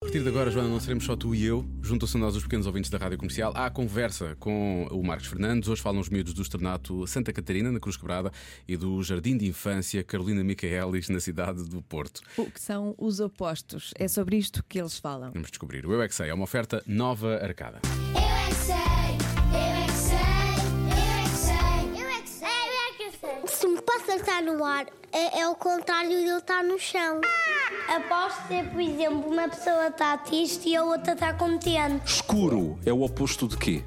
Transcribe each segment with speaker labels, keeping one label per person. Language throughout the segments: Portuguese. Speaker 1: partir de agora, Joana, não seremos só tu e eu. Juntam-se a nós os pequenos ouvintes da Rádio Comercial. Há a conversa com o Marcos Fernandes. Hoje falam os miúdos do Externato Santa Catarina, na Cruz Quebrada, e do Jardim de Infância Carolina Micaelis, na cidade do Porto.
Speaker 2: O que são os opostos? É sobre isto que eles falam.
Speaker 1: Vamos descobrir. O Eu É Que Sei é uma oferta nova arcada.
Speaker 3: Eu é que sei, eu é que sei, eu é que sei, eu é que sei, eu é que sei.
Speaker 4: Se um pássaro está no ar, é, é o contrário de ele estar no chão. Ah, Após ser, por exemplo, uma pessoa está triste e a outra está contente.
Speaker 5: Escuro é o oposto de quê?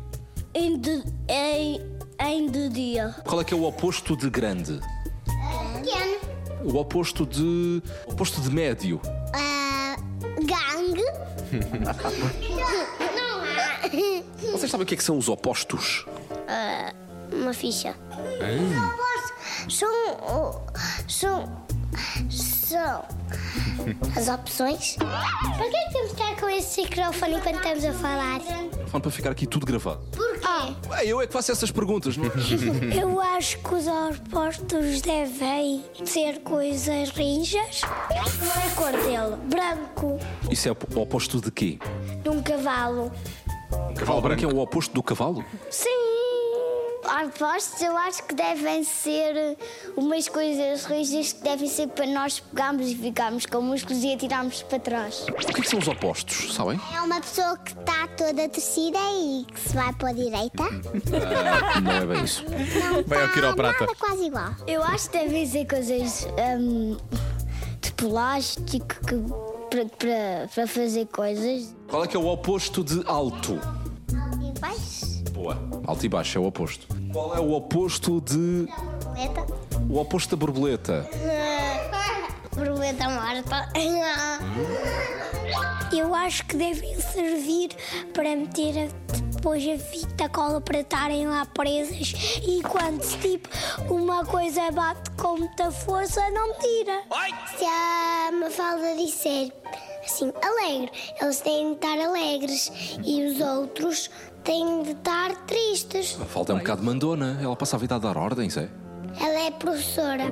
Speaker 4: Em de, em, em de dia.
Speaker 5: Qual é que é o oposto de grande?
Speaker 4: Pequeno.
Speaker 5: O oposto de. oposto de médio.
Speaker 4: ah, gangue. não há.
Speaker 5: Vocês sabem o que é que são os opostos?
Speaker 4: Uma ficha.
Speaker 1: Hã?
Speaker 4: São, são, são as opções. Por que temos que estar com esse microfone enquanto estamos a falar?
Speaker 5: Fala para ficar aqui tudo gravado.
Speaker 4: Porquê?
Speaker 5: Ué, eu é que faço essas perguntas, não é?
Speaker 4: Eu acho que os opostos devem ser coisas rijas. Qual é a cor dele? Branco.
Speaker 5: Isso é o oposto de quê?
Speaker 4: De um cavalo.
Speaker 5: Cavalo branco é o oposto do cavalo?
Speaker 4: Sim. Opostos eu acho que devem ser umas coisas rijas que devem ser para nós pegarmos e ficarmos com músculos e atirarmos para trás.
Speaker 5: O que é que são os opostos, sabem?
Speaker 4: É uma pessoa que está toda torcida e que se vai para a direita. Ah,
Speaker 5: Não é bem isso.
Speaker 1: Vai ao quiroprata.
Speaker 4: quase igual. Eu acho que devem ser coisas hum, de plástico que, para, para, para fazer coisas.
Speaker 5: Qual é que é o oposto de alto? Boa. Alto e baixo é o oposto. Qual é o oposto de.
Speaker 4: Borboleta.
Speaker 5: o oposto da borboleta?
Speaker 4: Borboleta morta. Eu acho que devem servir para meter a- depois a fita cola para estarem lá presas e quando tipo uma coisa bate com muita força não tira. Se a Mafalda disser assim, alegre, eles têm de estar alegres e os outros têm de estar tristes.
Speaker 5: Falta um bocado mandona. Ela passa a vida a dar ordens, é?
Speaker 4: Ela é professora.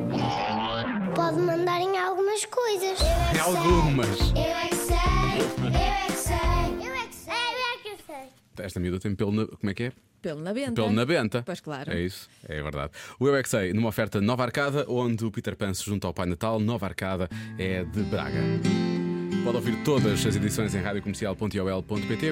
Speaker 4: Pode mandar em algumas coisas.
Speaker 1: Em algumas.
Speaker 3: Eu é que sei, eu é que sei, eu é que sei, eu é que sei.
Speaker 1: Esta miúda tem pelo na. Como é que é?
Speaker 2: Pelo na benta.
Speaker 1: Pelo na benta.
Speaker 2: Pois claro.
Speaker 1: É isso, é verdade. O Eu É Que Sei, numa oferta Nova Arcada, onde o Peter Pan se junta ao Pai Natal. Nova Arcada é de Braga. Pode ouvir todas as edições em radiocomercial.iol.pt